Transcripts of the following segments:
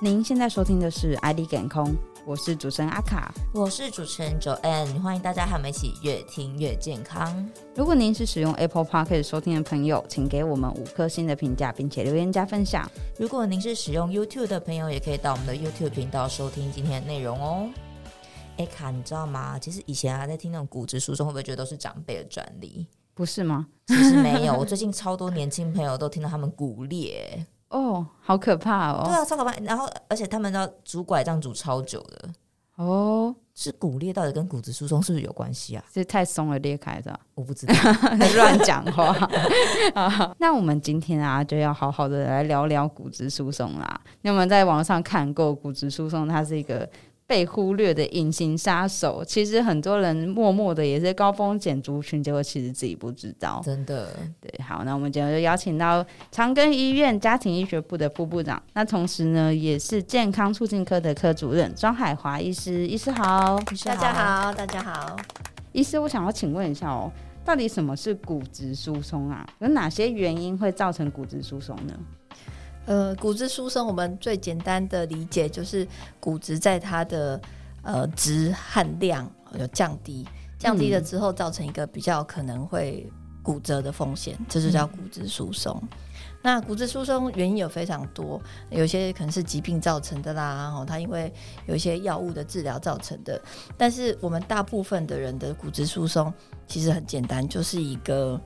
您现在收听的是《ID 感空》，我是主持人阿卡。我是主持人 Joanne，欢迎大家和我们一起越听越健康。如果您是使用 Apple Podcast 收听的朋友，请给我们五颗星的评价，并且留言加分享。如果您是使用 YouTube 的朋友，也可以到我们的 YouTube 频道收听今天的内容哦。哎卡，你知道吗？其实以前啊，在听那种骨质疏松，会不会觉得都是长辈的专利？不是吗？其实没有， 我最近超多年轻朋友都听到他们骨裂，哦，好可怕哦！对啊，超可怕。然后，而且他们要拄拐杖拄超久的，哦，是骨裂到底跟骨质疏松是不是有关系啊？这太松了，裂开的， 我不知道。乱讲话 啊那我们今天啊，就要好好的来聊聊骨质疏松啦。你有没有在网上看过骨质疏松？它是一个被忽略的隐形杀手。其实很多人默默的也是高风险族群，结果其实自己不知道。 真 的，对，好，那我们今天就邀请到长庚医院家庭医学部的副部长，那同时呢，也是健康促进科的科主任庄海华医师。医师好，大家好，大家好。医师，我想要请问一下哦，到底什么是骨质疏松啊？有哪些原因会造成骨质疏松呢？呃，骨质疏松，我们最简单的理解就是骨质在它的呃质和量有降低，降低了之后造成一个比较可能会骨折的风险，这就叫骨质疏松。那骨质疏松原因有非常多，有些可能是疾病造成的啦，哦，它因为有一些药物的治疗造成的。但是我们大部分的人的骨质疏松其实很简单，就是一个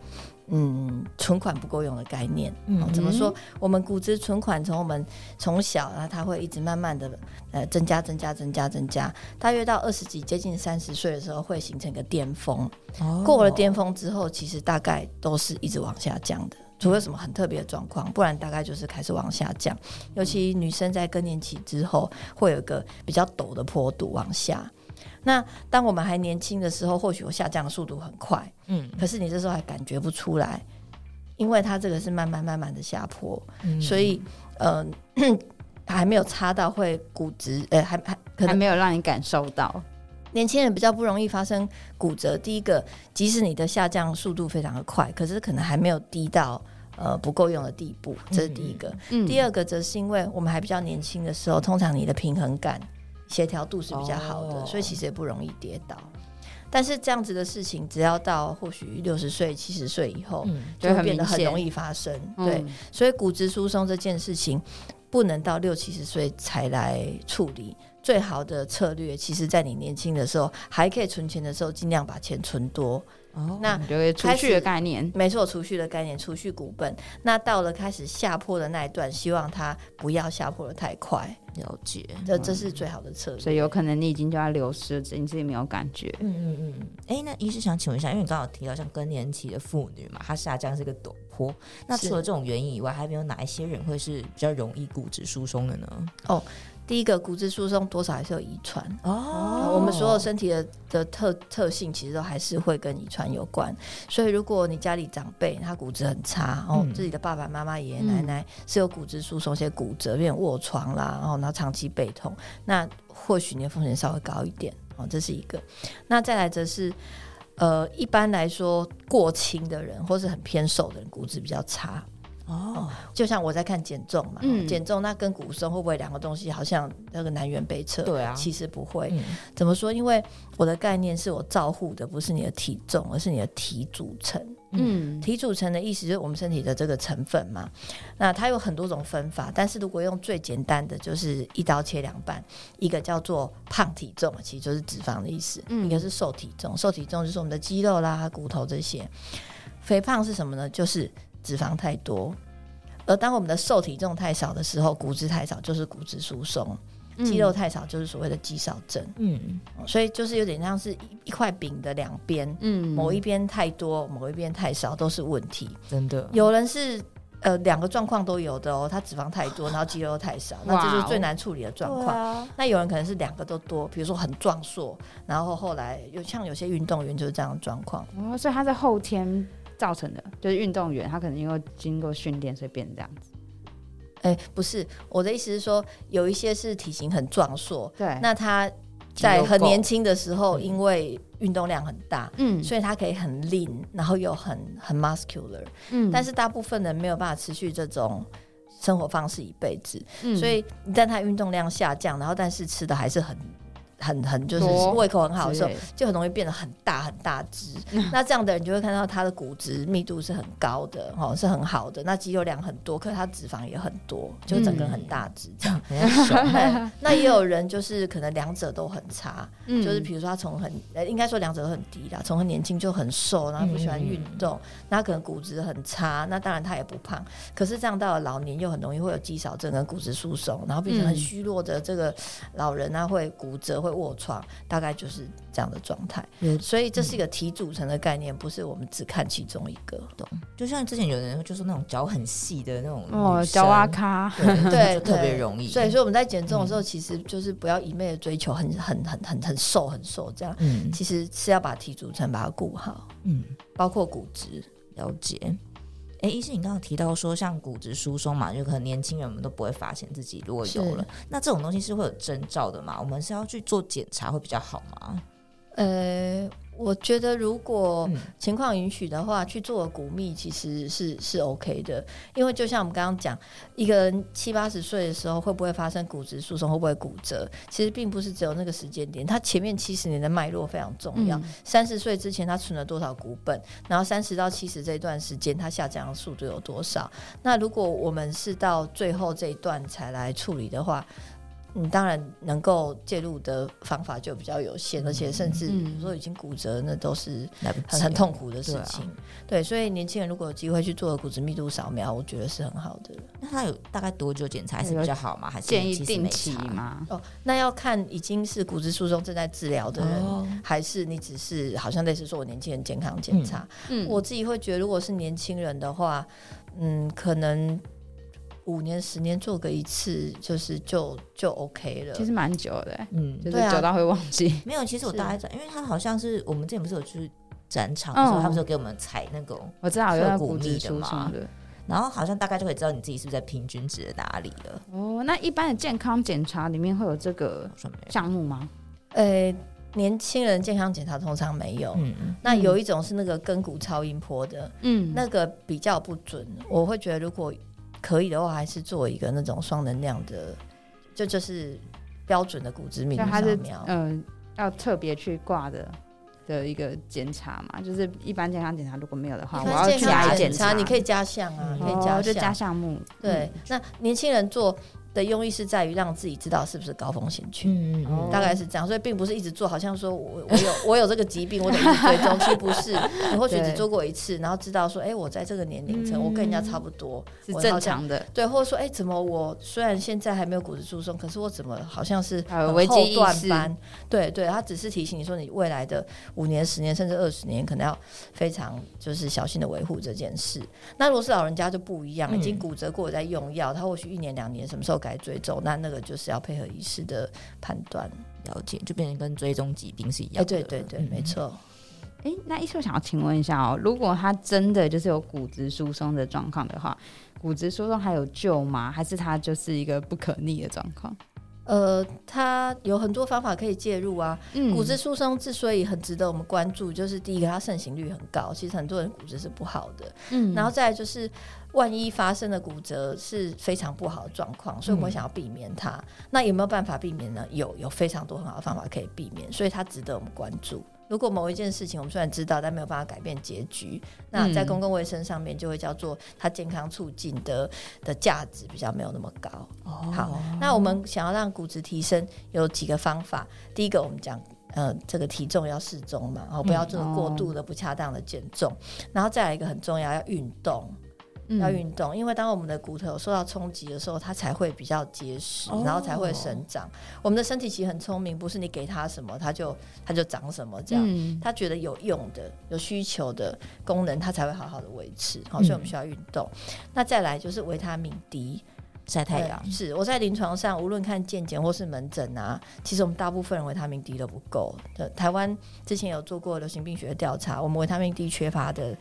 嗯存款不够用的概念。哦嗯，怎么说？我们骨质存款从我们从小，然后它会一直慢慢的呃增加、增加、增加、增加，大约到二十几、接近三十岁的时候会形成一个巅峰。哦过了巅峰，峰之后，其实大概都是一直往下降的，除非有什么很特别的状况，不然大概就是开始往下降。尤其女生在更年期之后，会有一个比较陡的坡度往下。那当我们还年轻的时候，或许我下降的速度很快，嗯，可是你这时候还感觉不出来，因为它这个是慢慢慢慢的下坡。嗯所以呃， 还没有擦到会骨质，呃，还还还可能没有让你感受到，年轻人比较不容易发生骨折。第一个，即使你的下降速度非常的快，可是可能还没有低到。呃，不够用的地步，这是第一个。嗯第二个则是因为我们还比较年轻的时候，通常你的平衡感、协调度是比较好的，哦所以其实也不容易跌倒。但是这样子的事情，只要到或许六十岁、七十岁以后，嗯，就就会很变得明很显容易发生。对，嗯所以骨质疏松这件事情，不能到六七十岁才来处理。最好的策略，其实在你年轻的时候，还可以存钱的时候，尽量把钱存多。哦那就会储开蓄的始概念，没错，储蓄的概念，储蓄股本。那到了开始下坡的那一段，希望它不要下坡的太快，了解。这嗯这是最好的策略。所以有可能你已经就要流失了，只是你自己没有感觉。嗯嗯嗯，哎、那医师想请问一下，因为你刚刚有提到像更年期的妇女嘛，她下降是个陡坡。那是除了这种原因以外，还有没有哪一些人会是比较容易骨质疏松的呢？第一个，骨质疏松多少还是有遗传。哦啊我们所有身体的的特特性，其实都还是会跟遗传有关。所以，如果你家里长辈他骨质很差，哦，嗯自己的爸爸妈妈、爷爷奶奶是有骨质疏松、一些骨折、变卧床啦，哦然后然后长期背痛，那或许你的风险稍微高一点。哦，这是一个。那再来则是。呃，一般来说，过轻的人或是很偏瘦的人，骨质比较差。哦，就像我在看减重嘛，嗯减重那跟骨松会不会两个东西好像那个南辕北辙？对啊其实不会。嗯怎么说？因为我的概念是我照护的不是你的体重，而是你的体组成。嗯，体组成的意思就是我们身体的这个成分嘛。那它有很多种分法，但是如果用最简单的，就是一刀切两半，一个叫做胖体重，其实就是脂肪的意思；嗯一个是瘦体重，瘦体重就是我们的肌肉啦、骨头这些。肥胖是什么呢？就是脂肪太多。而当我们的瘦体重太少的时候，骨质太少就是骨质疏松，嗯嗯肌肉太少就是所谓的肌少症。嗯，所以就是有点像是一一块饼的两边，嗯，嗯某一边太多，某一边太少都是问题。真的有人是呃两个状况都有的哦，他脂肪太多，然后肌肉太少，那这哇哦就啊是最难处理的状况。况，那有人可能是两个都多，比如说很壮硕，然后后来有像有些运动员就是这样的状况。哦，所以它是后天造成的，就是运动员他可能因为经过训练，所以变这样子。哎、不是我的意思是说，有一些是体型很壮硕，对，那他肌肉在很够年轻的时候，嗯因为运动量很大，嗯所以他可以很 lean，然后又很很 muscular。嗯但是大部分人没有办法持续这种生活方式一辈子，嗯所以一旦他运动量下降，然后但是吃的还是很很很就是多胃口很好的时候之类的，就很容易变得很大很大只。嗯那这样的人就会看到他的骨质密度是很高的，哦，是很好的，那肌肉量很多，可是他脂肪也很多，就整个人很大只 这 样。很像熊哎那也有人就是可能两者都很差，嗯就是比如说他从很呃应该说两者都很低啦，从很年轻就很瘦，然后不喜嗯欢运动，那、可能骨质很差，那当然他也不胖，可是这样到了老年又很容易会有肌少症跟骨质疏松，然后变成很嗯虚弱的这个老人啊，会骨折会卧床，大概就是这样的状态有。嗯所以这是一个体组成的概念，不是我们只看其中一个。就像之前有人就是那种脚很细的那种嗯哦，女生脚啊，卡，对， 对就特别对容易。嗯所以说我们在减重的时候，其实就是不要一昧的追求很很很很很瘦很瘦这样，嗯其实是要把体组成把它顾好，嗯，包括骨质。了解。哎，医生，你刚刚提到说像骨质疏松嘛，就可能年轻人我们都不会发现自己如果有了，那这种东西是会有征兆的嘛？我们是要去做检查会比较好吗？呃，我觉得如果嗯情况允许的话，去做骨密其实是是 OK 的，因为就像我们刚刚讲，一个人七八十岁的时候会不会发生骨质疏松，会不会骨折，其实并不是只有那个时间点，它前面七十年的脉络非常重哦嗯要。三十岁之前他存了多少股本，然后三十到七十这一段时间它下降的速度有多少？那如果我们是到最后这一段才来处理的话，嗯，当然能够介入的方法就比较有限，而且甚至嗯比如说已经骨折，那都是来不及很了，很痛苦的事对啊情。对，所以年轻人如果有机会去做骨质密度扫描，我觉得是很好的。那他有大概多久检查还是比较好吗？还是建议其实定没期差？嘛，哦，那要看已经是骨质疏松正在治疗的人，哦，还是你只是好像类似说我年轻人健康检查。嗯，我自己会觉得，如果是年轻人的话，嗯，可能五年、十年做个一次，就是就就 OK 了。其实蛮久的、欸嗯，就是对啊久到会忘记。没有。其实我是大概在，因为他好像是我们之前不是有去展场的时候，嗯他不是有给我们采那个，我知道有是有那骨骨密质的疏吗松的然后好像大概就可以知道你自己是不是在平均值的哪里了。哦，那一般的健康检查里面会有这个好像没有，项目吗？呃，年轻人健康检查通常没有。嗯，那有一种是那个根骨超音波的，嗯那个比较不准。我会觉得，如果可以的话，还是做一个那种双能量的，就就是标准的骨质密度就它扫是描。嗯、要特别去挂的的一个检查嘛，就是一般健康检查如果没有的话，你我看要健去康哪里检查？你可以加项啊，嗯可以哦加就项。加项目，嗯对，那年轻人做的用意是在于让自己知道是不是高风险区。嗯哦大概是这样，所以并不是一直做，好像说我我有我有这个疾病， 我得一直追踪，其实不是。你或许对只做过一次，然后知道说，哎、我在这个年龄层，嗯我跟人家差不多，是我好正像。常的，对，或者说，哎、怎么我虽然现在还没有骨质疏松，可是我怎么好像是呃很危机后意段识班？对对，他只是提醒你说，你未来的五年、十年甚至二十年，可能要非常就是小心的维护这件事。那如果是老人家就不一样，已经嗯骨折过，在用药，他或许一年、两年什么时候该追踪，那那个就是要配合医师的判断。了解，就变成跟追踪疾病是一哎、样的。嗯对对对，没错。哎、那医生我想要请问一下哦，如果他真的就是有骨质疏松的状况的话，骨质疏松还有救吗？还是它就是一个不可逆的状况？呃，他有很多方法可以介入啊，嗯骨质疏松之所以很值得我们关注，就是第一个，它盛行率很高，其实很多人骨质是不好的。嗯然后再来就是，万一发生的骨折是非常不好的状况，所以我嗯们想要避免它。那有没有办法避免呢？有，有非常多很好的方法可以避免，所以它值得我们关注。如果某一件事情我们虽然知道，但没有办法改变结局，那在嗯公共卫生上面就会叫做它健康促进的的价值比较没有那么高。哦，好，那我们想要让骨质提升，有几个方法。第一个，我们讲。呃，这个体重要适中嘛，哦，不嗯要做过度的、不恰当的减重。然后再来一个很重要，要运动，嗯要运动，因为当我们的骨头受到冲击的时候，它才会比较结实，哦然后才会生长。我们的身体其实很聪明，不是你给它什么，它就它就长什么这样。嗯他觉得有用的、有需求的功能，他才会好好的维持。好、哦嗯所以我们需要运动。那再来就是维他命 D。晒太阳对。是我在临床上，无论看健检或是门诊啊，其实我们大部分人维他命 D 都不够。对，台湾之前有做过流行病学的调查，我们维他命 D 缺乏的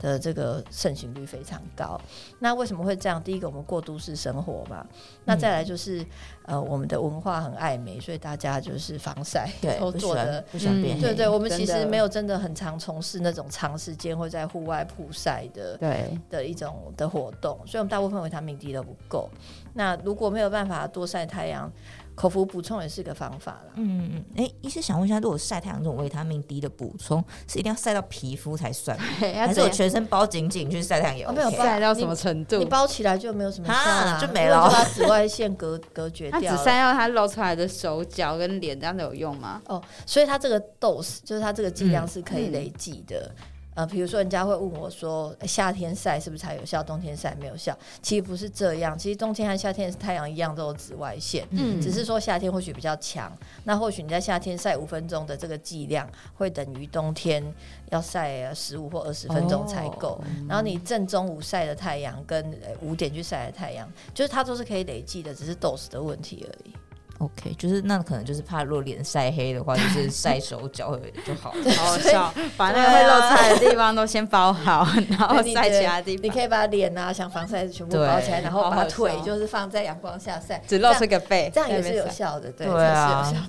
的这个盛行率非常高。那为什么会这样？第一个，我们过都市生活嘛，嗯那再来就是、呃，我们的文化很爱美，所以大家就是防晒对， 不都喜做的欢。不喜欢变嗯黑。 对对，我们其真实的没有真的很常从事那种长时间会在户外曝晒的 对，的一种的活动，所以我们大部分维他命 D 都不够。那如果没有办法多晒太阳，口服补充也是个方法啦。嗯嗯，哎、医师想问一下，如果晒太阳这种维他命 D 的补充，是一定要晒到皮肤才算吗，还还是我全身包紧紧去晒太阳也哦 OK？、没有晒到什么程你度？包起来就没有什么效啦啊，就没了因为就把紫外线隔隔绝它只掉了。晒到它露出来的手脚跟脸，这样子有用 吗？哦，所以它这个 dose 就是它这个剂量嗯是可以累积的。呃，比如说人家会问我说，诶夏天晒是不是才有效，冬天晒没有效？其实不是这样，其实冬天和夏天太阳一样都有紫外线，嗯只是说夏天或许比较强，那或许你在夏天晒五分钟的这个剂量，会等于冬天要晒呃十五或二十分钟才够。哦然后你正中午晒的太阳跟呃五点去晒的太阳，就是它都是可以累积的，只是 dose 的问题而已。 OK，就是那可能就是怕若脸晒黑的话， 就是晒手脚会就好了。好好笑，把那个会露出来的地方都先包好，然后啊对你晒的哦其他地你方，可以把脸啊，像防晒全部对包起来，然后好把好腿笑就是放在阳光下晒，只露出个背，这样也是在那有边晒。效的，对，对啊这是有效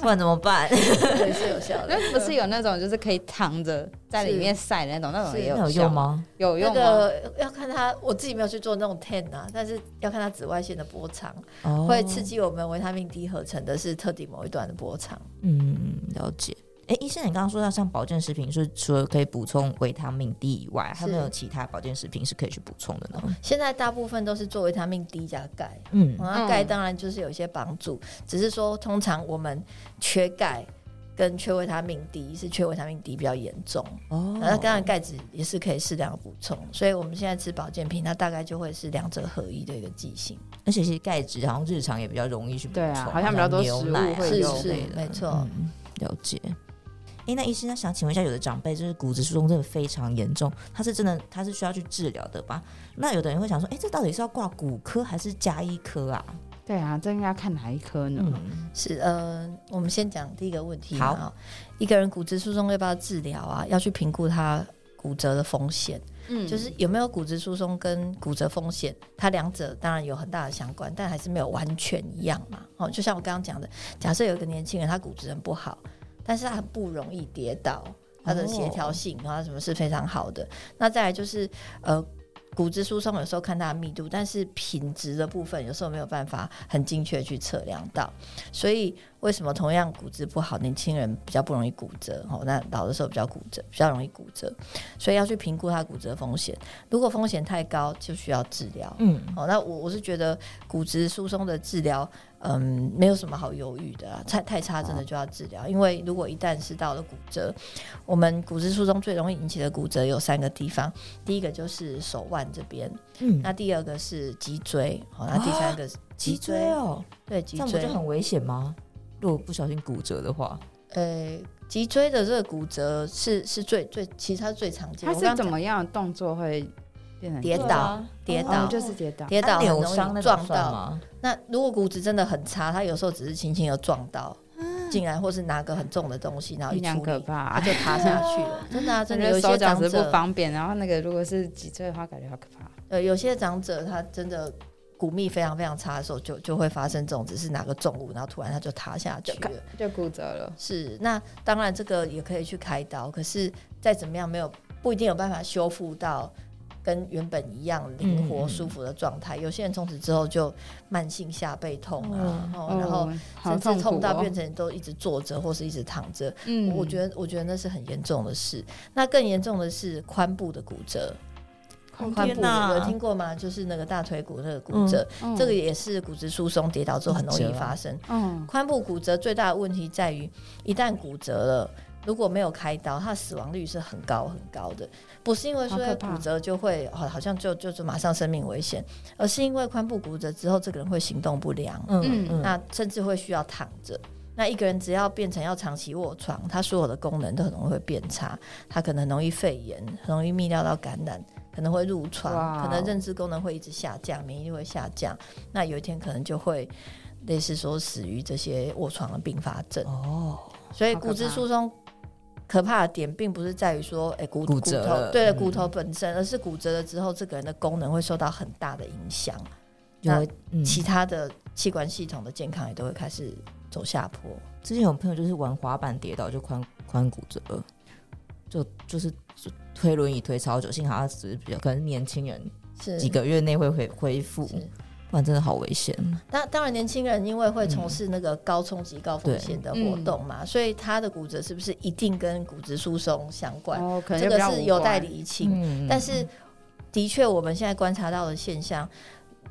不然怎么办？的，对是有效的。 那不是有那种就是可以躺着在里面晒的那种，那种是也那 有效用？吗？有那用哦吗？个要看它，我自己没有去做那种 tan 啊，但是要看它紫外线的波长。哦会刺。激我们维他命 D 合成的是特定某一段的波长。嗯，了解。哎、医生，你刚刚说到像保健食品，是除了可以补充维他命 D 以外，还有没是有其他保健食品是可以去补充的呢？现在大部分都是做维他命 D 加钙，嗯那钙当然就是有一些帮助，只是说通常我们缺钙。跟缺维他命 D 是缺维他命 D 比较严重，哦那当然钙质也是可以适量地补充，所以我们现在吃保健品，它大概就会是两者合一的一个剂型。而且其实钙质好像日常也比较容易去补充，对啊好像比较多牛食物奶啊会之有类是是的没错嗯了解。哎，那医生，那想请问一下，有的长辈就是骨质疏松真的非常严重，他是真的他是需要去治疗的吧？那有的人会想说，哎，这到底是要挂骨科还是加医科啊？对啊，这应该看哪一科呢？嗯，是呃，我们先讲第一个问题嘛。好哦一个人骨质疏松要不要治疗啊？要去评估他骨折的风险。嗯就是有没有骨质疏松跟骨折风险，它两者当然有很大的相关，但还是没有完全一样嘛。哦，就像我刚刚讲的，假设有一个年轻人他骨质很不好，但是他很不容易跌倒，他的协调性然后他什么是非常好的。那再来就是呃。骨质疏松有时候看它的密度，但是品质的部分有时候没有办法很精确去测量到，所以为什么同样骨质不好，年轻人比较不容易骨折，哦，那老的时候比较骨折，比较容易骨折。所以要去评估它骨折风险。如果风险太高，就需要治疗。嗯，好、那我我是觉得骨质疏松的治疗，嗯，没有什么好犹豫的啊，太太差真的就要治疗，因为如果一旦是到了骨折，我们骨质疏松最容易引起的骨折有三个地方，第一个就是手腕这边，嗯，那第二个是脊椎，好、那第三个是脊椎哦，对脊这样不椎就，很危险吗？如果不小心骨折的话，呃，脊椎的这个骨折是是最最，其实它是最常见。它我刚是刚怎讲么样的动作会变成跌这倒样跌哦倒就是跌倒，跌倒啊很扭容易伤那种撞算到？吗？那如果骨质真的很差，他有时候只是轻轻的撞到，啊竟然或是拿个很重的东西，然后一力量出可力，怕他啊，就塌下 去了。真的啊，真感的有觉手一些脚长是不者，方便，然后那个如果是脊椎的话，感觉好可怕。呃，有些长者他真的骨密非常非常差的时候，就就会发生这种，只是拿个重物，然后突然他就塌下去了。就骨折了。是，那当然这个也可以去开刀，可是再怎么样没有不一定有办法修复到跟原本一样灵嗯活嗯舒服的状态。有些人从此之后就慢性下背痛啊，哦然后哦好甚痛至苦痛到哦变成都一直坐着或是一直躺着，嗯我觉得我觉得那是很严重的事。那更严重的是髋部的骨折，哦髋天部哪的有听过吗？就是那个大腿骨那个骨折，嗯这个也是骨质疏松跌倒之后很容易发生。嗯髋部骨折最大的问题在于，一旦骨折了。如果没有开刀，它的死亡率是很高很高的，不是因为说好可怕骨折就会好好像就就就马上生命危险，而是因为髋部骨折之后，这个人会行动不良，嗯嗯嗯，那甚至会需要躺着。那一个人只要变成要长期卧床，他所有的功能都很容易会变差，他可能很容易肺炎，很容易泌尿道感染，可可能会褥疮，哇可能认知功能会一直下降，免疫力会下降，那有一天可能就会类似说死于这些卧床的并发症。哦，所以好可骨质怕疏松可怕的点，并不是在于说，哎、骨骨骨折头了对了嗯骨头本身，而是骨折了之后，这个人的功能会受到很大的影响，有那嗯，其他的器官系统的健康也都会开始走下坡。之前有朋友就是玩滑板跌倒就髋髋骨折，就就是就推轮椅推超久，幸好他只是比较可能年轻人是几个月内会恢恢复，是不然真的好危险。那当然，年轻人因为会从事那个高冲击、高风险的活动嘛，所以他的骨折是不是一定跟骨质疏松相关？哦，可能这就个比较是无有待关 厘清。嗯但是，的确，我们现在观察到的现象，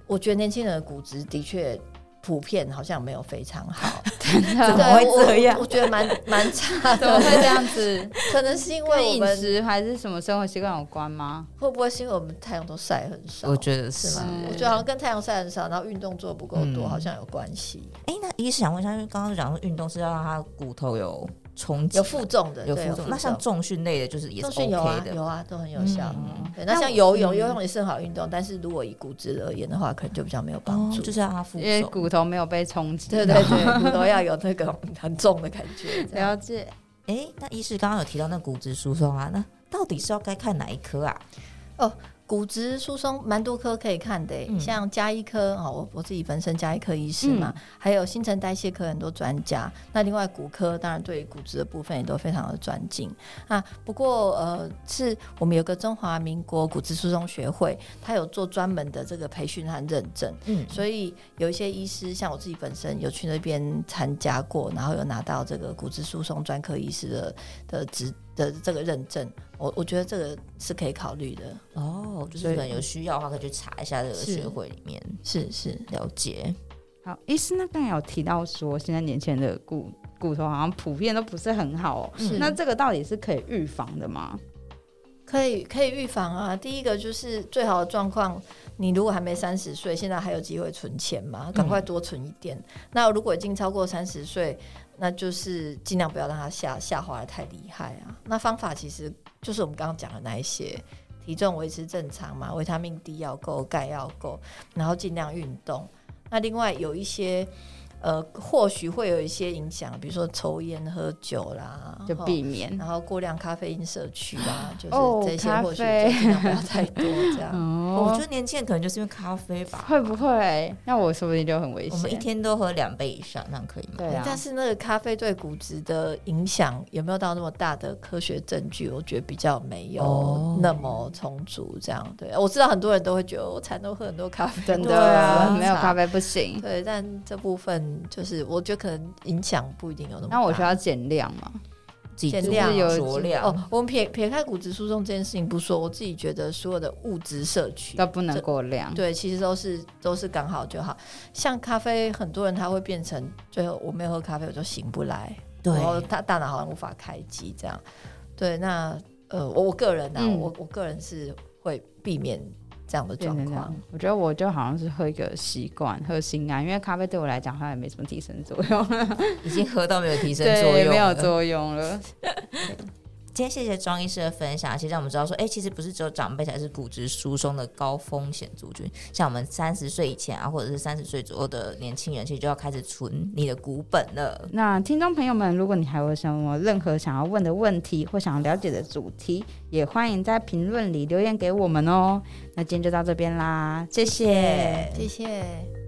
我觉得年轻人的骨质的确普遍好像没有非常好，怎 么对会我这样我觉得蛮蛮差怎么的会。这样 子？可能是因跟为我饮们食还是什么生活习惯有关吗？会不会是因为我们太阳都晒很少？我觉得哦是是吗嗯？我觉得好像跟太阳晒很少，然后运动做不够多，嗯好像有关系。哎、那医师想问一下，因为刚刚讲说运动是要让他骨头有冲击，有负重的，有对负重，那像重训类的，就是也是 OK 重训有啊的。有啊，都很有效。嗯对，那那像我游泳，嗯游泳也是很好运动，但是如果以骨质而言的话，可能就比较没有帮哦，助。就是让他负因为重。骨头没有被冲击。对对 对，骨头要有那个很重的感觉。这样了解。哎、那医师刚刚有提到那骨质疏松啊，那到底是要该看哪一科啊？骨质疏松蛮多科可以看的、欸嗯像加医科哦，我我自己本身加医科医师嘛，还有新陈代谢科很多专家。那另外骨科当然对于骨质的部分也都非常的专精啊。不过呃，是我们有个中华民国骨质疏松学会，它有做专门的这个培训和认证。嗯，所以有一些医师，像我自己本身有去那边参加过，然后有拿到这个骨质疏松专科医师的的职的这个认证，我我觉得这个是可以考虑的，哦，就是所以可能有需要的话，可以去查一下这个是学会里面是是。了解。好，医师，那刚才有提到说，现在年轻人的骨骨头好像普遍都不是很好哦。是那这个到底是可以预防的吗？可以可以预防啊。第一个就是最好的状况，你如果还没三十岁，现在还有机会存钱嘛，赶快多存一点。那如果已经超过三十岁，那就是尽量不要让它下下滑的太厉害啊。那方法其实就是我们刚刚讲的那一些。体重维持正常嘛，维他命 D 要够，钙要够，然后尽量运动。那另外有一些，呃，或许会有一些影响，比如说抽烟、喝酒啦，就吼避免。然后过量咖啡因摄取啦，就哦是这些咖或许啡就尽量不要太多这样。我哦，觉得年轻人可能就是因为咖啡吧，会不会？那我说不定就很危我们一险。天都喝两杯以上，那样可以吗？对啊嗯但，是那个咖啡对骨质的影响有没有到那么大的科学证据？我觉得比较没有哦那么充足。这样对，我知道很多人都会觉得我才能喝很多咖啡，真对的啊没有咖。啡不行。对，但这部分就是我觉得可能影响不一定有那么大。那我需要减量嘛？几减度量有酌量哦，我们撇撇开骨质疏松这件事情不说，我自己觉得所有的物质摄取都不能过量。对，其实都是都是刚好就好。像咖啡，很多人他会变成最后我没有喝咖啡我就醒不来，对然哦后他大脑好像无法开机这样。对，那呃，我我个人呢、啊，嗯我我个人是会避免这样的变状成这样况。，我觉得我就好像是喝一个习惯，喝心安，因为咖啡对我来讲它也没什么提升作用，已经喝到没有提升 作对，用，没有。作用了。今天谢谢庄医师的分享，其实让我们知道说，哎、其实不是只有长辈才是骨质疏松的高风险族群，像我们三十岁以前啊，或者是三十岁左右的年轻人，其实就要开始存你的股本了。那听众朋友们，如果你还有什么任何想要问的问题或想要了解的主题，也欢迎在哎评论里留言给我们哦。那今天就到这边啦，谢谢谢谢。